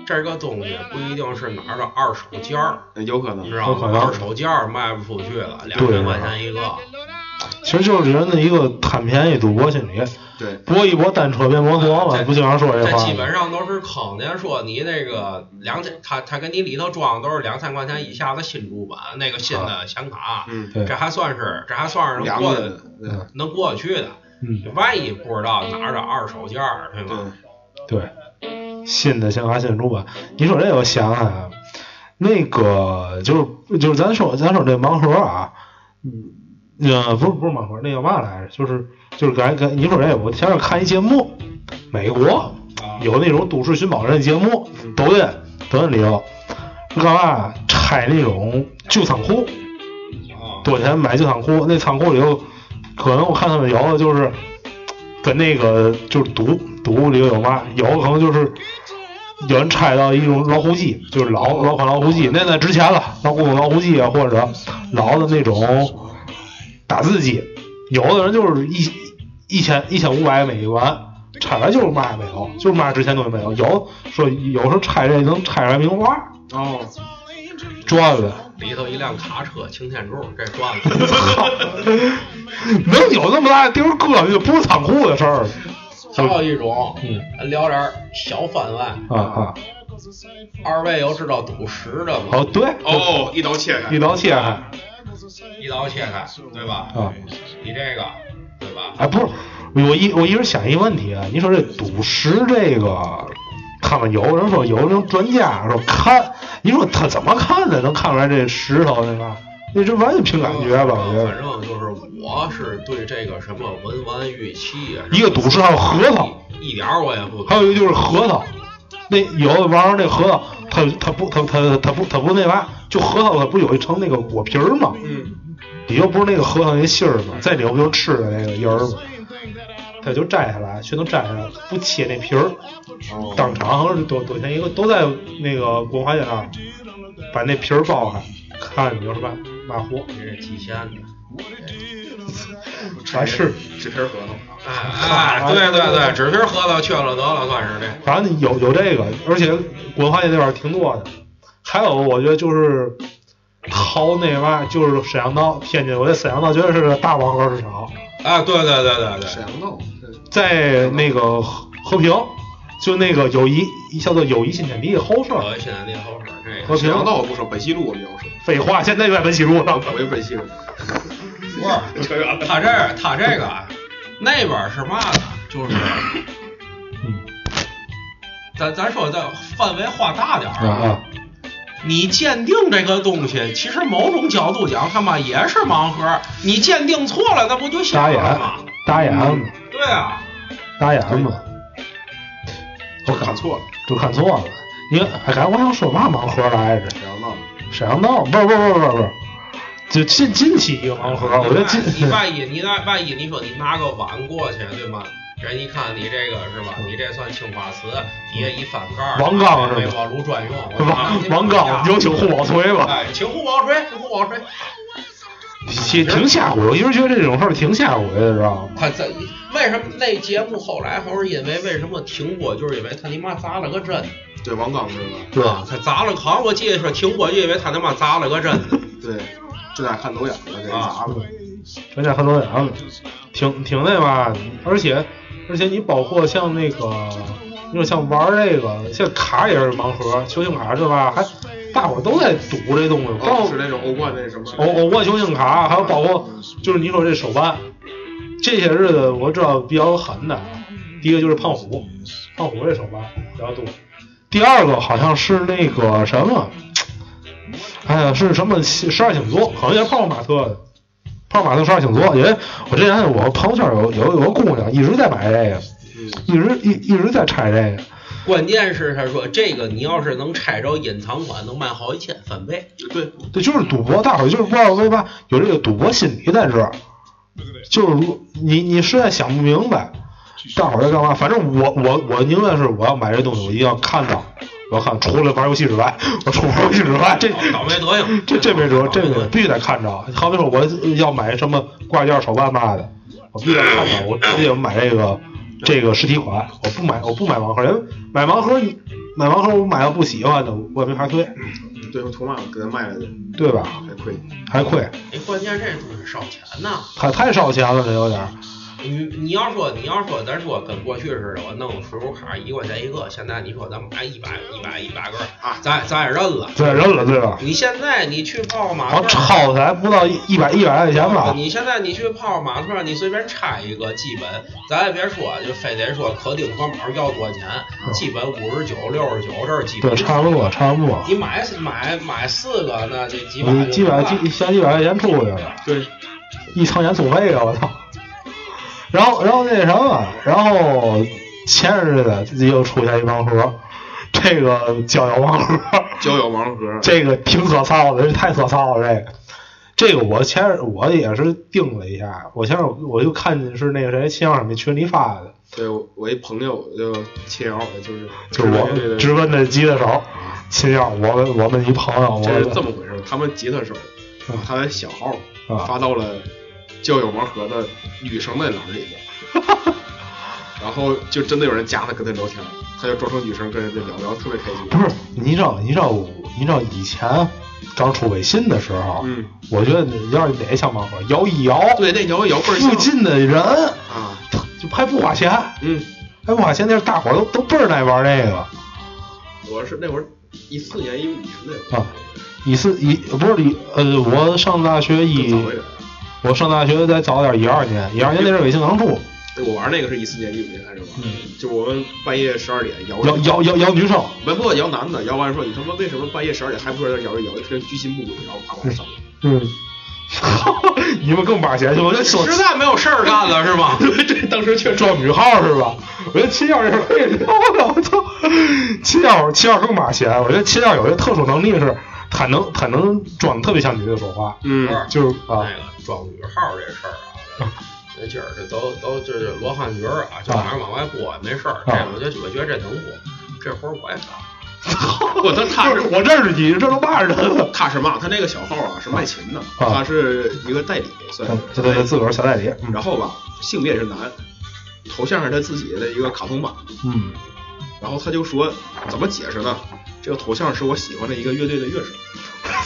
S2: 这个东西不一定是哪儿的二手件儿，
S4: 嗯有可
S2: 你
S4: 能
S2: 知。道
S3: 有可
S2: 吗？
S3: 能
S2: 二手件儿卖不出去了，两
S3: 对
S2: 千
S3: 啊
S2: 块钱一个。
S3: 其实就是人的一个贪便宜赌博心理，
S4: 对，
S3: 搏一搏单车变摩托嘛，
S2: 这
S3: 不经常说这
S2: 这
S3: 话
S2: 基
S3: 吗。
S2: 本上都是坑的，说你那个两千，他他跟你里头装的都是两千块钱以下的新主板，那个新的显卡，
S4: 嗯，
S3: 对
S2: 这还算是这还算是能
S4: 两
S2: 过
S4: 个
S2: 得
S4: 的，对吧
S2: 能过得去的。
S3: 嗯，
S2: 万一不知道哪儿的二手件儿，对
S4: 对
S2: 吗？，
S3: 对，新的显卡新主板，你说这我想想啊，那个就是就是咱说咱说这盲盒啊，嗯，呃，不是不是盲盒，那叫嘛来着？就是就是感感，你说这我前面看一节目，美国
S2: 啊
S3: 有那种都市寻宝人的节目，抖音抖音里头是干嘛？拆那种旧仓库。
S2: 啊，
S3: 多少钱买旧仓库？那仓库里头，可能我看他们摇的就是跟那个就是赌赌里头有嘛，有可能就是有人拆到一种老虎机，就是老老款老虎机，那那值钱了，老古董老虎机啊，或者老的那种打字机，有的人就是一一千一千五百美元。拆完就是嘛也没有，就是嘛值钱东西没有。有说有时候拆这能拆出来名画，
S4: 哦，
S3: 赚了。
S2: 里头一辆卡车擎天柱，这算了。
S3: 操， <laughs>
S2: <laughs>
S3: 能有那么大地儿搁，就不是仓库的事儿
S2: 还有一种，
S3: 嗯
S2: 聊点儿小番外。
S3: 啊啊！
S2: 二位有知道赌石的吗？
S3: 哦，对，
S4: 哦，一刀切开
S3: 一，刀切啊开，
S2: 一刀切开，对吧？
S3: 啊
S2: 你这个，对吧？
S3: 哎，不是，我一我一直想一问题啊，你说这赌石这个，他们有人说有人专家说看，你说他怎么看的？能看出来这石头那个？那这完全凭感觉吧，我觉
S2: 反
S3: 得。
S2: 正就是我是对这个什么文玩玉器啊，
S3: 一个赌石还有核桃，
S2: 一点儿我也不懂。
S3: 还有一个就是核桃，那有的玩意儿那核桃，它它不它它它不它不那嘛，就核桃它不有一层那个果皮儿吗？
S4: 嗯，
S3: 里头不是那个核桃那芯儿吗？在里头不就吃的那个仁儿吗？它就摘下来，全都摘下来，不切那皮儿，当场好像是多多钱一个，都在那个文化街那儿把那皮儿剥开，看有什么嘛货，
S2: 这是极限
S3: <laughs>
S2: 的。
S3: 完事。
S4: 纸皮儿核桃，
S2: 哎哎，对对对，纸皮儿喝到去了得了，算是这。
S3: 反正有有这个，而且文化街那边儿挺多的。还有，我觉得就是淘那嘛，就是沈阳道、天津，我觉得沈阳道绝对是个大盲盒市场，
S2: 啊，对对对对
S4: 沈
S2: 对，
S4: 阳道，
S3: 在那个和和平，就那个友谊，叫做友谊新天地后 <laughs> 身儿。
S2: 我现在那后边这
S3: 和
S2: 个
S4: 沈
S3: 平
S4: 阳，道我不说，本溪路我没有说，
S3: 废话，现在就在文西路上。
S4: 我有本溪路，
S2: <laughs> 不
S4: 扯远
S2: 是，他这他这个啊那边儿是嘛呢？就是
S3: 嗯
S2: 咱咱说咱范围画大点
S3: 啊
S2: 儿
S3: 啊，
S2: 你鉴定这个东西，其实某种角度讲，他妈也是盲盒。你鉴定错了，那不就瞎
S3: 打
S2: 了
S3: 眼
S2: 吗？，
S3: 打眼嘛，
S2: 对啊，
S3: 打眼嘛。我
S4: 看
S3: 看
S4: 错了，
S3: 就看错了。你看，哎，刚才我想说嘛盲盒来着？
S4: 沈阳道，
S3: 沈阳道，不是不是不是不是不是，就近近期一个盲盒，啊我觉得近
S2: 你万 <laughs> 一你那万一你说你拿个碗过去，对吗？人一看你这个是吧？你这算青花瓷，底下一翻盖儿，
S3: 王刚是吧
S2: 微波炉专用。我操
S3: 王王刚有请互保锤吧，
S2: 哎，请互保锤，请互保锤。
S3: 挺挺下回。我一直觉得这种事儿挺下回的，知道吗？
S2: 他这为什么那节目后来好像是因为为什么停播，就是因为他你妈砸了个针。
S4: 对，王刚是吧？
S3: 对
S2: 啊
S3: 吧？
S2: 他砸了扛，我记得说停火就因为他他妈砸了个针。
S4: 对，这哪看走眼了，给砸了。
S3: 专家看导演啊，挺挺那嘛，而且而且你包括像那个，你说像玩这个，现在卡也是盲盒，球星卡这吧，还大伙儿都在赌这东西，包
S4: 哦，
S3: 括
S4: 是那种欧冠那什么，
S3: 欧欧冠球星卡，还有包括就是你说这手办，这些日子我知道比较狠的，第一个就是胖虎，胖虎这手办比较多，第二个好像是那个什么，哎呀是什么十二星座，好像也是泡泡玛特的。泡泡玛特十二星座，因为我之前我朋友圈有有有个姑娘一直在买这个，一直一一直在拆这个，
S2: 关键是他说这个你要是能拆着隐藏款，能卖好几千翻倍。
S4: 对，
S3: 对，就是赌博，大伙儿就是不知道为嘛有这个赌博心理在这儿，就是如你你实在想不明白，大伙儿在干嘛？反正我我我宁愿是我要买这东西，我一定要看到，我要看除了玩游戏之外，我除了玩游戏之外，这
S2: 哦倒霉德行，
S3: 这这没辙，这
S2: 倒霉
S3: 个
S2: 德行
S3: 必须得看着。好比说我要买什么挂件、手办嘛的，我必须得看
S2: <coughs>
S3: 着，我必须得买这个这个实体款，我不买我不买盲盒，因为买盲盒你买盲盒我买到不喜欢的，我也没法退，
S2: 嗯
S4: 最后同样给他卖了，
S3: 对吧？
S4: 还亏。
S3: 还亏。
S2: 哎，关键这东西烧钱呐。
S3: 太太烧钱了，这有点儿。
S2: 你你要说你要说，咱说跟过去似的，我弄个水浒卡一块钱一个，现在你说咱买一百一百一百个
S4: 啊
S2: 咱咱也认了。
S3: 对，认了，对吧？
S2: 你现在你去泡泡
S3: 好
S2: 玛
S3: 像
S2: 特，
S3: 超才不到一百一百块钱吧？
S2: 你现在你去泡泡玛特，你随便拆一个，基本咱也别说，啊就非得说可丁可卯要多少钱，基本五十九、六十九，这是基本
S3: 嗯对，。差不多，差不多。
S2: 你买买买四个，那这几百
S3: 你
S2: 就
S3: 嗯几百
S2: 够了
S3: 几小几百块钱出去了，
S4: 对，
S3: 一场演出费啊！我操。然后，然后那什么，然后前日子又出现一盲盒，这个交友盲盒，
S4: 交友盲盒，
S3: 这个挺可操的，这太可操了。这个，这个我前日我也是盯了一下，我前日我就看见是那个谁新上什么群里发的，
S4: 对我我一朋友就切腰的，就是
S3: 就是
S4: 对对
S3: 我
S4: 对
S3: 直奔的吉他手，亲友，我们我们一朋友，我
S4: 这是
S3: 们
S4: 这么回事儿，他们吉他手把他的小号
S3: 啊
S4: 发到了交友盲盒的女生的栏里
S3: <laughs>
S4: 边儿，然后就真的有人加他跟他聊天儿，他就装成女生跟人家聊，聊得特别开心。
S3: 不是，你知道你知道我你知道以前刚出微信的时候，
S4: 嗯
S3: 我觉得你要是哪像盲盒摇一摇，
S4: 对，那摇一摇倍儿像
S3: 附近的人
S4: 啊，
S3: 就还不花钱，
S4: 嗯，
S3: 还不花钱，那大伙儿都都倍儿爱玩这个。
S4: 我是那会儿一四年一五年那会儿
S3: 啊，一四一不是一呃，我上大学
S4: 更
S3: 一
S4: 早一点儿。
S3: 我上大学再早点儿，一二年，一二年那阵儿微信刚出，
S4: 我玩那个是一四年一五年开始玩，就我们半夜十二点摇
S3: 嗯摇摇摇摇女生，
S4: 文博摇男的摇完说：“你他妈为什么半夜十二点还不说摇一摇？一天居心不轨，然后啪啪上。
S3: 嗯， <laughs> 你们更把钱去，我就说
S2: 实在没有事儿干了是吗？
S3: 这当时却撞女号是吧？我觉得七号这事儿也是 <laughs> 我操！七号七号更马闲，我觉得七号有一个特殊能力是，他能他能装得特别像女的说话，
S4: 嗯
S2: 不是
S3: 就是
S2: 那
S3: 啊
S2: 个装女号这事儿啊，那今儿这都都就是罗汉角儿啊，就反正往外播也没事儿。这
S3: 啊
S2: 我就我觉得这能播，这活儿我也干。
S4: <laughs> 我他他是
S3: 我认识你，这都骂人了。
S4: 他是嘛？他那个小号啊是卖琴的，
S3: 啊
S4: 他是一个代理，算是。
S3: <laughs> 对对对，自个儿小代理，
S4: 然后吧，性别也是男，头像是他自己的一个卡通版。
S3: 嗯
S4: 然后他就说，怎么解释呢？这个头像是我喜欢的一个乐队的乐手。 <laughs>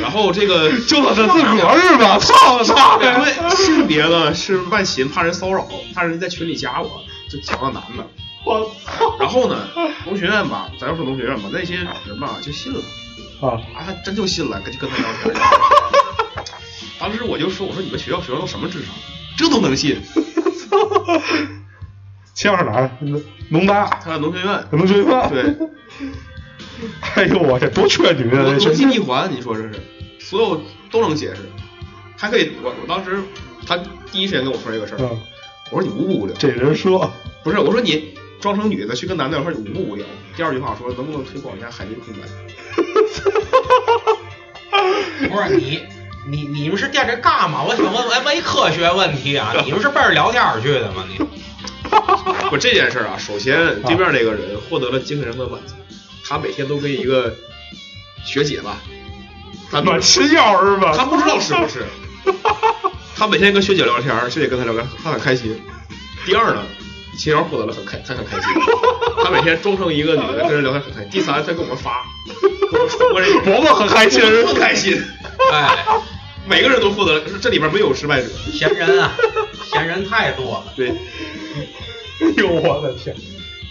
S4: 然后这个
S3: <laughs> 就他自个儿是吧？操操！
S4: 因为性别呢是外勤，怕人骚扰，怕人在群里加我，就抢了男的。
S3: 我操
S4: 然后呢，农学院吧，咱要说农学院吧，那些人吧就信了，
S3: 啊！ <laughs>
S4: 啊，还真就信了，跟就跟他聊天。当时我就说，我说你们学校学生都什么智商，这都能信？
S3: 七号是哪儿的？农大，
S4: 他在农学院，
S3: 农学院。
S4: 对，
S3: <laughs> 哎呦我这多缺女的，这
S4: 逻逻
S3: 全
S4: 辑闭环，你说这是，所有都能解释，还可以。我我当时他第一时间跟我说这个事儿，
S3: 嗯，
S4: 我说你无不无聊？
S3: 这人说。
S4: 不是，我说你装成女的去跟男的聊天，你无不无聊？第二句话我说能不能推广一下海尼的空白？
S2: 不是你。你你们是惦着干嘛？我想问哎问问一科学问题啊！你们是奔着聊天儿去的吗？你
S4: 不，这件事儿啊，首先对面这个人获得了精神上的满足，他每天都跟一个学姐吧，
S3: <laughs>
S4: 咱
S3: 暖
S4: 们
S3: 吃药是吧？
S4: 他不知道是不是，他每天跟学姐聊天儿，学姐跟他聊天儿，他很开心。第二呢，秦瑶获得了很开，他很开心，他每天装成一个女的跟人聊天很开心。第三，他跟我们发，我们中国人
S3: 我们很开心，
S4: 我们不开心，
S2: 哎，
S4: 每个人都获得了，这里边没有失败者。
S2: 闲人啊， <laughs> 闲人太多了。
S4: <laughs> 对，
S3: <laughs> 哎呦我的天！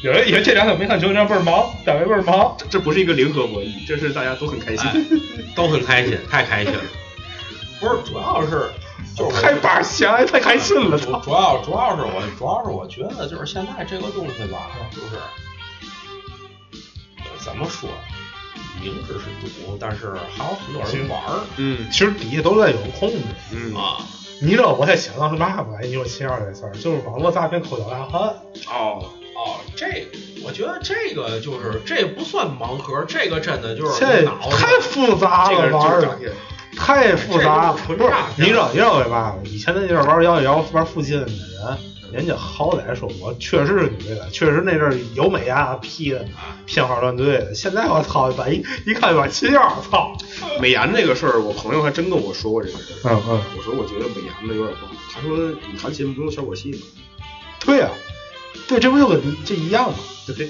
S3: 有人以为这两天没看球，这倍儿忙，大为倍儿忙。
S4: 这这不是一个零和博弈，这是大家都很开心。
S2: 哎，都很开心，太开心了。不是，主要是就是我
S3: 开把侠太开心了，
S2: 主
S3: 操！
S2: 主要主要是我主要是我觉得就是现在这个东西吧，就是呃怎么说，明知是赌，但是还有很多人玩儿
S4: 嗯
S3: 其实底下都在有个控制。
S4: 嗯
S2: 啊。
S3: 你知道我在想到什么还不哎来？你说七二这事儿，就是网络诈骗扣缴大汉。
S4: 哦，
S2: 哦，这我觉得这个就是这不算盲盒，这个真的就是
S3: 这
S2: 脑子
S3: 太复杂
S4: 这
S3: 了，
S4: 个人就
S3: 玩
S4: 是
S3: 儿
S4: 诈
S3: 的
S4: 骗。
S3: 太复杂了。
S2: 这都是纯
S3: 不是
S2: 诈，骗
S3: 你知道你知道为嘛吗？以前在那阵儿玩幺幺玩附近的人，人家好歹说我确实是女的，确实那阵儿有美亚 P 的偏好乱队的。现在我操，把一一看把七二，操！
S4: 美颜这个事儿，我朋友还真跟我说过这个事儿。
S3: 嗯嗯，
S4: 我说我觉得美颜的有点不好。他说你弹琴不用效果器吗？
S3: 对啊，对，这不就跟这一样吗？
S4: 对，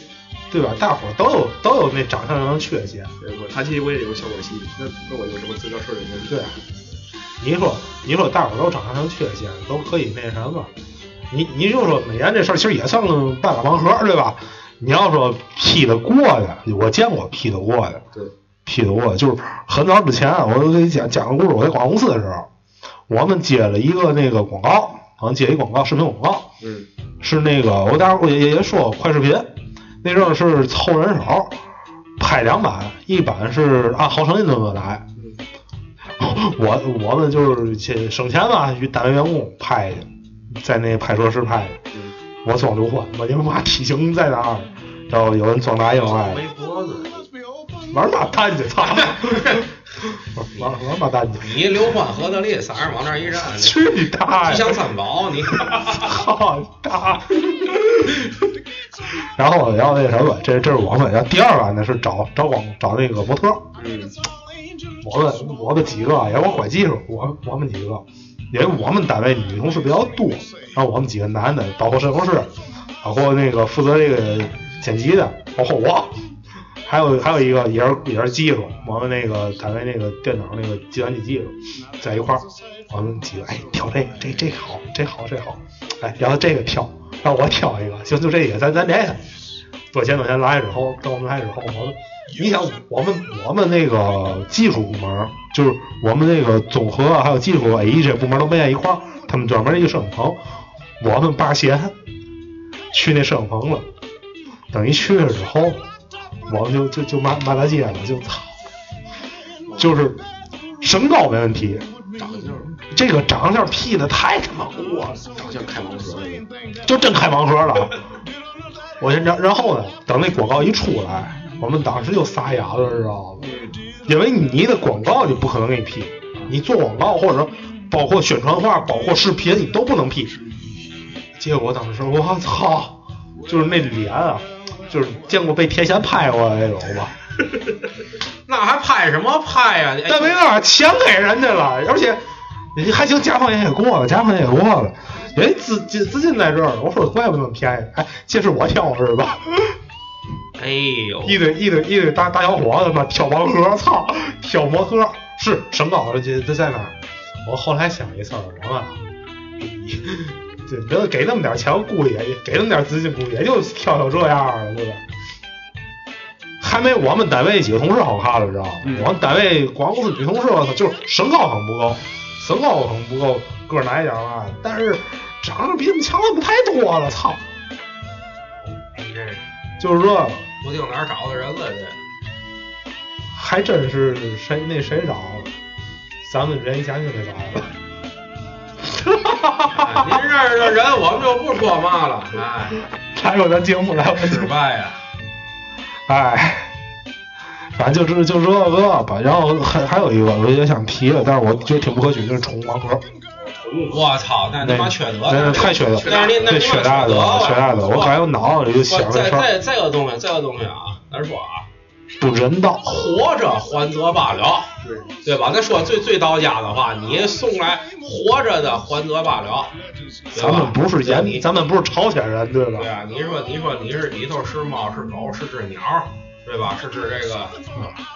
S3: 对吧？大伙儿都有都有那长相上的缺陷，
S4: 我弹琴我也有效果器，那那我有什么资格说人家？
S3: 对啊。你说你说大伙儿都长相上的缺陷，都可以那什么？你你就说美颜这事儿，其实也算个半拉盲盒，对吧？你要说 P 得过的，我见过 P 得过的，
S4: 对，
S3: P 得过，就是很早之前啊，我给你讲讲个故事。我在广告公司的时候，我们接了一个那个广告，好像接一广告，视频广告，
S4: 嗯
S3: 是那个我当时我也也也说过快视频，那阵儿是凑人手拍两版，一版是按好声音那么来。
S4: 嗯
S3: 我我们就是去省钱嘛，与单位员工拍去，在那拍摄室拍去。
S4: 嗯，
S3: 我装刘欢，我他妈体型在那儿，然后有人装大硬来。
S2: 围脖子。
S3: 玩马蛋去，操！玩玩马蛋去，
S2: 你刘欢、何德利仨人往那儿一站，
S3: 去你大
S2: 吉
S3: 爷
S2: 祥！三宝，
S3: <laughs>
S2: 你
S3: 操大！然后然后那什么，这这是我们，然后第二版呢是找找广找那个模特，
S4: 嗯
S3: 我们我们几个啊，也我管技术，我我们几个，因为我们单位女同事比较多，然后我们几个男的，包括摄影师，包括那个负责这个剪辑的，包括我，还有还有一个也是也是技术，我们那个单位那个电脑那个计算机技术在一块儿，我们几个哎挑这个这这好这好这好，哎然后这个挑，让我挑一个，行就这个咱咱联系。多钱多钱来之后，跟我们来之后，我们你想我们我们那个技术部门，就是我们那个综合啊还有技术 AE 这部门都没在一块儿，他们专门一个摄影棚，我们八闲去那摄影棚了，等一去了之后，我们就就就骂骂大街了，就操，就是身高没问题，
S4: 长相
S3: 这个长相 P 的太他妈过了，
S4: 长相开盲盒了，
S3: 就真开盲盒了。我先然然后呢，等那广告一出来，我们当时就撒丫子，知道吗？因为你的广告你不可能给你 P，你做广告或者包括宣传画、包括视频，你都不能 P。结果当时我操，就是那脸啊，就是见过被天线拍过的那种吧。
S2: 那还拍什么啊拍呀、
S3: 但没办法，钱给人家了，而且还行，甲方也给过了，甲方也给过了，人资资资金在这儿，我说怪不得那么便宜，哎，这是我挑是吧？
S2: 哎呦，
S3: 一堆一堆一堆大大小伙子嘛，挑盲盒，操，挑盲盒是身高的这这在哪儿？我后来想一事儿，我啊，这人给那么点钱，我估计也给那么点资金，估计也就挑挑这样了，对吧？还没我们单位几个同事好看了，知道吗？
S4: 嗯
S3: 我们单位广告公司女同事，我操，就是身高可能不高，身高可能不够，个儿矮点儿吧，但是长得比他们强他们太多了，操！
S2: 你这
S3: 就是这个。
S2: 哎不定哪儿找的人了这。
S3: 还真是谁那谁找了，咱们人家就给找了。
S2: 哎您认识的人，我们就不说嘛了。哎，
S3: 来过咱节目，来过咱节
S2: 失
S3: 目，
S2: 败啊呀、
S3: 哎，反正就这就这个吧。然后还还有一个，我也想提了，但是我觉得挺不可取，就是宠物盲盒，
S2: 我操，那他妈缺德！
S3: 那太缺德了，
S2: 那你那
S3: 对
S2: 你
S3: 缺大
S2: 德
S3: 德了，缺大
S2: 德
S3: 德。
S2: 我
S3: 我感觉我脑子里就想
S2: 我
S3: 这
S2: 这
S3: 事儿
S2: 这这个东西，这个东西啊，咱说啊，
S3: 不人道。
S2: 活着还则罢了，
S4: 对，
S2: 对吧？咱说最最到家的话，你送来活着的还则罢了，对吧
S3: 咱们不是
S2: 对
S3: 人，
S2: 你啊
S3: 咱们不是朝鲜人，对吧
S2: 对？啊，你说你说你是里头是猫是狗是只鸟，对吧？甚至这个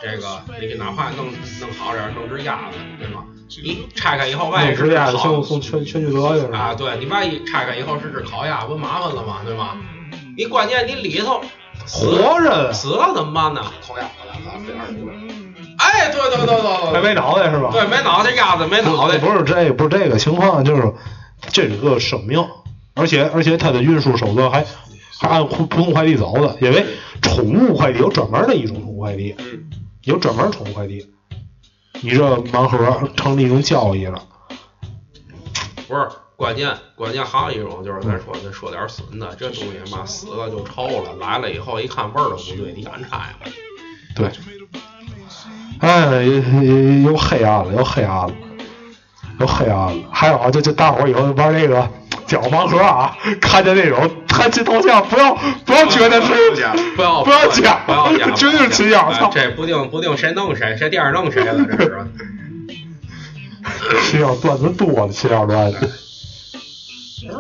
S2: 这个，你给哪怕弄弄好点儿，弄只鸭子，对吧？你拆开以后，万一
S3: 那
S2: 是
S3: 之下
S2: 烤
S3: 送送全全聚德去
S2: 啊，
S3: 了。
S2: 对你万一拆开以后是只烤鸭，不麻烦了吗？对吧？你关键你里头死
S3: 活着
S2: 死了怎么办呢？烤鸭，烤鸭，烤鸭，非二十哎，对对对对对
S3: 还没脑袋是吧？
S2: 对，没脑袋鸭子没脑袋，
S3: 不是这不是这个情况，就是这是个生命，而且而且它的运输手段还还按普普通快递走的，因为宠物快递有专门的一种宠物快递，
S4: 嗯，
S3: 有专门宠物快递，你这盲盒成了一种交易了。
S2: 不是关键，关键还有一种就是咱说咱说点损的，这东西嘛死了就臭了，来了以后一看味儿都不对，你敢拆吗？
S3: 对，哎，有有黑暗了，有黑暗了，有黑暗了。还有啊，就就大伙儿以后玩这个脚盲盒啊，看见那种看其头像，不要不要觉得是
S2: 不要
S3: 不要假
S2: 不要假，
S3: <laughs> 绝对是群角
S2: 哎
S3: 操
S2: 这不定不定谁弄谁，谁电视弄谁了，这是。
S3: <coughs> 需要段子多的，需要段子。
S2: 其实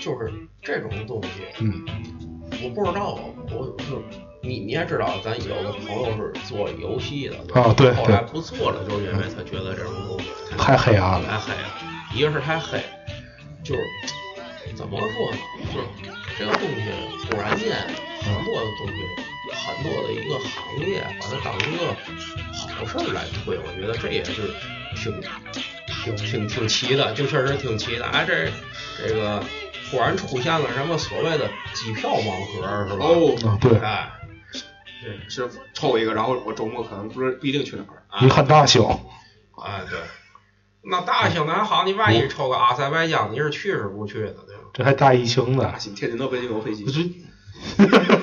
S2: 就是这种东西，
S3: 嗯，
S2: 我不知道，我就是你你也知道，咱有的朋友是做游戏的
S3: 啊对
S2: 后来
S3: 对
S2: 不做了，就是因为他觉得这种东西
S3: 太黑暗了
S2: 太黑了，一个是太黑，就是哎怎么说呢，就是这个东西忽然间很多的东西。很多的一个行业，把它当一个好事儿来推，我觉得这也是挺挺挺挺奇的，就确实挺奇的。哎，这这个忽然出现了什么所谓的机票盲盒是吧？
S3: 啊
S4: 哦，，
S3: 对，
S2: 哎，
S4: 对，是抽一个，然后我周末可能不是不一定去哪儿，
S3: 你看大小，
S2: 哎对，那大兴那还好，你万一抽个阿塞拜疆，你是去是不去的，对吧？
S3: 这还大疫情呢
S4: 大。兴天津到北京有飞机
S3: 不，是， <laughs>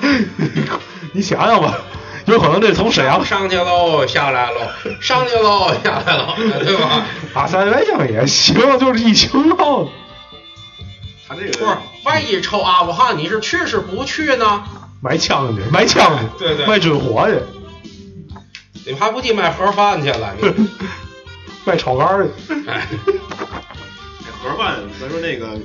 S3: 你想想吧，有可能这从沈阳
S2: 上去喽，下来喽，上去喽，下来喽，对吧？
S3: 阿塞拜疆也行，就是疫情闹的。
S4: 他这
S2: 不是
S4: 个，
S2: 万一抽啊阿富汗，你是去是不去呢？
S3: 买枪去，买枪去，
S2: 对对
S3: 卖军火去，
S2: 你还不去买盒饭去了？你
S3: <laughs> 卖炒肝去， <laughs>
S2: 哎，
S4: 盒饭，咱说那个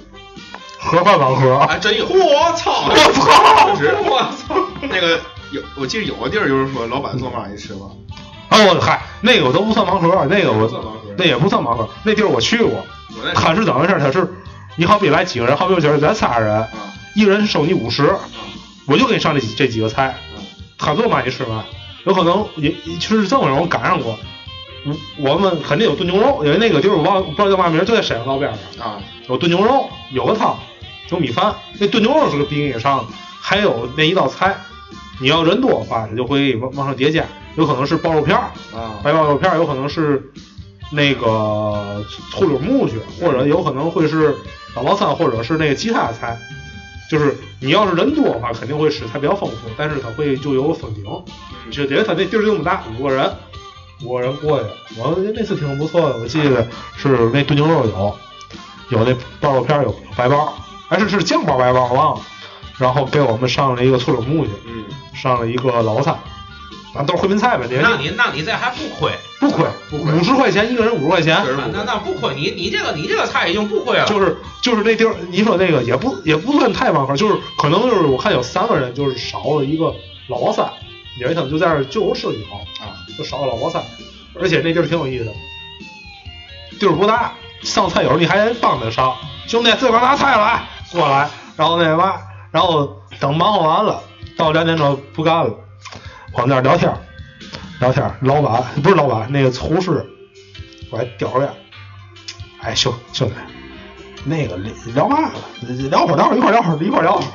S3: 盒饭盲盒。
S4: 还真有，
S2: 啊我
S4: <laughs>
S2: 操！
S3: 我操！
S4: 是
S2: 我操！
S4: 那个有，我记得有个地儿就是说老板做蚂蚁吃吧，
S3: 哦，嗨，那个我都不算盲盒，啊那个
S4: 不算盲盒
S3: 我那也不算盲盒，那地儿我去过。
S4: 我那
S3: 它是怎么回事？它是你好比来几个人，好比我觉得咱仨人，
S4: 啊
S3: 一人收你五十，
S4: 啊
S3: 我就给你上这几这几个菜，
S4: 啊，
S3: 他做嘛你吃嘛，有可能也其实是这么着，我赶上过。我我们肯定有炖牛肉，因为那个地儿我忘不知道叫嘛名儿，就在沈阳道边上。
S4: 啊，
S3: 有炖牛肉，有个汤，有米饭。那炖牛肉是个必定以上的，还有那一道菜，你要人多的话，它就会往往上叠加，有可能是爆肉片儿，
S4: 啊
S3: 白爆肉片儿，有可能是那个醋溜木去，或者有可能会是老包三，或者是那个其他的菜。就是你要是人多的话，肯定会食材比较丰富，但是它会就有风景。你就觉得它那地儿就那么大，五个人，五个人过去，我觉得那次挺不错的。我记得是那炖牛肉有，有那爆肉片儿，有白包，还是是酱包白包，我忘了。然后给我们上了一个醋溜木去，
S4: 嗯，
S3: 上了一个老菜，咱都是烩面菜呗，那
S2: <laughs> 那你那你这还不亏？
S3: 不亏，
S4: 不亏
S3: 五十块钱一个人，五十块钱
S4: 确，实
S2: 那
S4: 不
S2: 那那不亏，你你这个你这个菜已经不亏了。
S3: 就是就是那地儿，你说那个也不也不算太盲盒，就是可能就是我看有三个人，就是少了一个老包三，因为他们就在这儿就有社交，
S4: 啊，
S3: 就少了老包三，而且那地儿挺有意思的，地儿不大，上菜友你还得帮他上，兄弟自个儿拿菜来过来，然后那嘛，然后等忙活完了，到两点钟不干了，我们那儿聊天儿，聊天儿，老板不是老板，那个厨师，我还叼着烟，哎兄兄弟，那个聊嘛了，聊会儿聊会儿一块儿聊会儿一块儿聊会儿。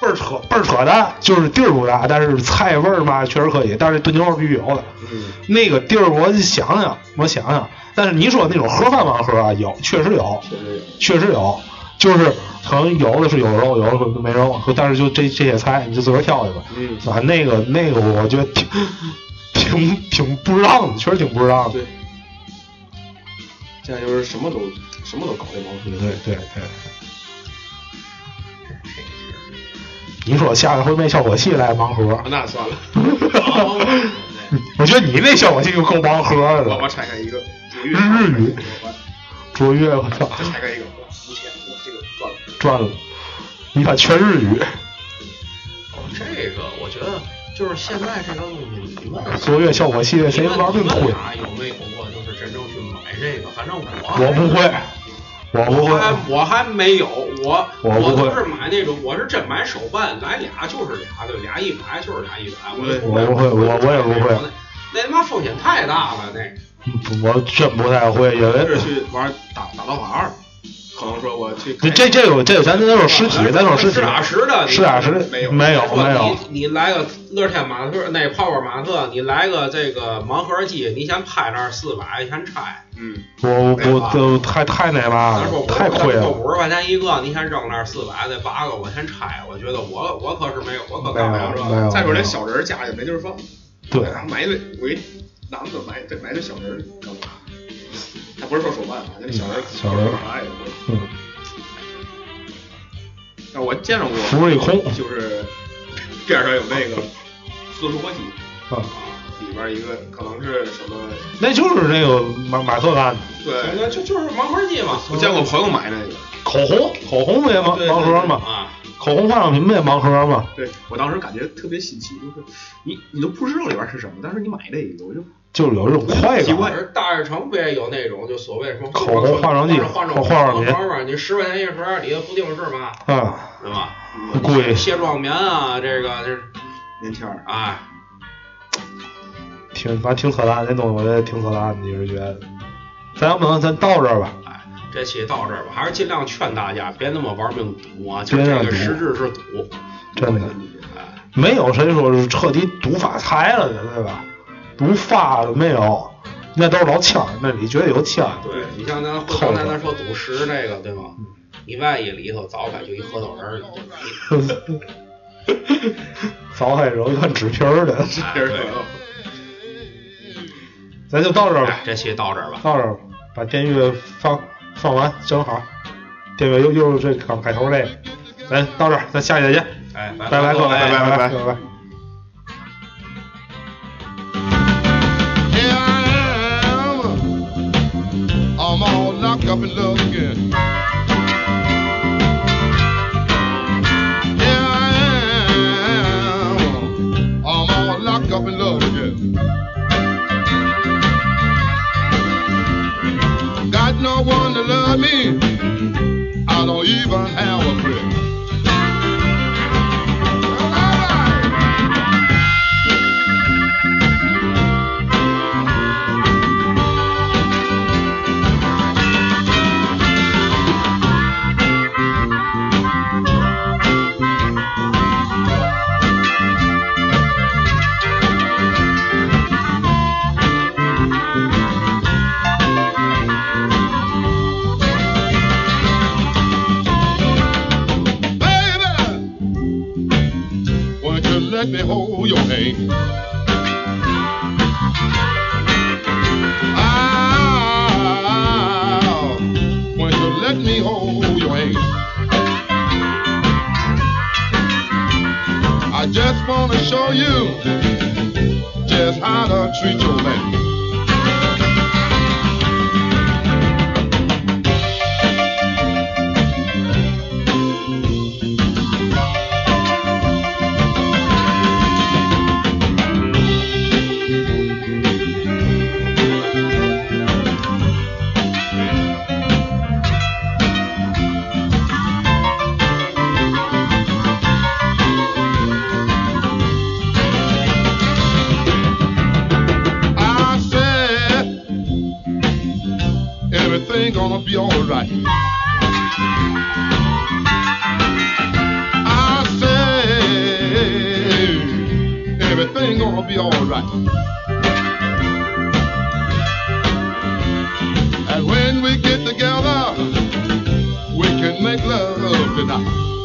S3: 倍儿扯，倍儿扯淡，就是地儿不大，但是菜味儿嘛确实可以，但是炖牛肉必须有的。
S4: 嗯，
S3: 那个地儿，我想想，我想想，但是你说那种盒饭盲盒啊，有，确实有，
S4: 确实有，
S3: 确实有，就是可能有的是有肉，有的是没肉，但是就这这些菜你就自个儿挑去吧。
S4: 嗯
S3: 啊，那个那个，我觉得挺 <laughs> 挺挺不让的，确实挺不
S2: 啊
S3: 让的。
S4: 对，现在就是什么都什么都搞这帮
S3: 对
S4: 子，
S3: 对对对。你说下个回卖效果器来盲盒，
S4: 那算了，
S3: <laughs> 我觉得你那效果器就够盲盒的
S4: 我我
S3: 了。
S4: 拆开一个，日
S3: 日语卓越，我操！
S4: 再拆开一个，哇，五千，哇，这个赚了，
S3: 赚了，你看全日语，
S2: 哦，这个我觉得就是现在这个东西，你问
S3: 卓越效果系列谁
S2: 你问
S3: 玩命
S2: 你问
S3: 推？
S2: 俩有没有过就是真正去买这个？反正我
S3: 我不会，我不
S2: 我
S3: 会，
S2: 还我还没有，我
S3: 我不
S2: 我
S3: 会
S2: 都是买那种，我是真买手办，来俩就是俩，对，俩一百就是俩一百，我就
S3: 我不会我我也不会
S2: 那，那他妈风险太大了，那个
S3: 我真不太会，因
S4: 就是
S3: 为
S4: 去玩打打刀法二，可能说我去
S3: 这这这个这个咱咱说实哦体，咱说实体
S2: 实，打实的，你
S3: 实打实
S4: 没有
S3: 没有
S2: 说
S3: 没有，
S2: 你你来个乐天马特，那泡泡马特，你来个这个盲盒机，你先拍那儿四百，先拆，
S4: 嗯，
S3: 我我我太太那嘛
S2: 咱说
S3: 了，
S2: 五
S3: 啊太亏了。
S2: 五十块钱一个，你先扔那儿四百，再八个我先拆，我觉得我我可是没有，我可干不了这
S3: 没有
S2: 个。
S4: 再说连小人儿家也没地儿放，
S3: 对，
S4: 买一堆，我一男的买得买堆小人儿干嘛？他不是说手办啊，那个小人儿
S3: 小人儿
S4: 可爱的。
S3: 嗯，
S4: 但我见着过，
S3: 福瑞空
S4: 就是 <laughs> 边上有那个自助火鸡，
S3: 啊，
S4: 里边一个可能是什么？
S3: 那就是那个马马特干的
S4: 对，
S2: 那就就是盲盒机嘛，
S4: 我见过朋友买那个，
S3: 口红，口红不也盲
S4: 对对
S3: 盲盒吗？
S2: 啊。
S3: 口红化妆品不也盲盒吗？
S4: 对我当时感觉特别新奇，就是你你都不知道里边是什么，但是你买那个，我就
S3: 就是有一种快
S4: 奇
S3: 感
S4: 怪。
S2: 而大悦城不也有那种就所谓什么
S3: 口红化妆剂
S2: 化
S3: 或
S2: 妆
S3: 化妆品
S2: 品，你十块钱一盒，里头不定是嘛，
S3: 啊，
S2: 对吧？
S3: 贵，
S2: 卸妆棉啊，这个这
S4: 棉签儿，
S2: 哎，
S3: 挺反正挺扯淡，这东西我觉得挺扯淡的，你是觉得？咱要不能咱到这儿吧？
S2: 哎，这期到这儿吧，还是尽量劝大家别那么玩命赌啊，就
S3: 别
S2: 是
S3: 那
S2: 这个
S3: 么赌
S2: 实质是赌，
S3: 真的
S2: 哎，
S3: 没有谁说是彻底赌发财了的，对吧？赌发了没有？那都是老千儿，那里绝对有千儿。
S2: 对你像咱
S3: 靠
S2: 刚才
S3: 着
S2: 咱说赌石那个对
S3: 嗯
S2: 吧？你万一里头早改就一核桃仁儿了，
S3: <laughs>
S4: <laughs>
S3: 早还揉一看纸皮儿的， <laughs>
S2: 哎
S4: 这是
S2: 对
S3: 咱就到这儿吧
S2: 哎，，这期到这儿吧，
S3: 到这儿吧，把电乐放放完，正好，电乐又又是这刚开头这个，咱到这儿，咱下期再见，
S2: 哎，拜
S3: 拜拜各位，
S2: 拜
S3: 拜拜
S4: 拜
S3: 拜拜。
S1: Here I am. I'm all locked up in love again. Here I am. I'm all locked up in love again. Got no one to love me. I don't even have a friend. All right. Baby, won't you let me hold your hand? Ah, won't you let me hold your hand? I just wanna show you just how to treat your man. I said everything gonna be alright. I said everything gonna be alright. And when we get together, we can make love tonight.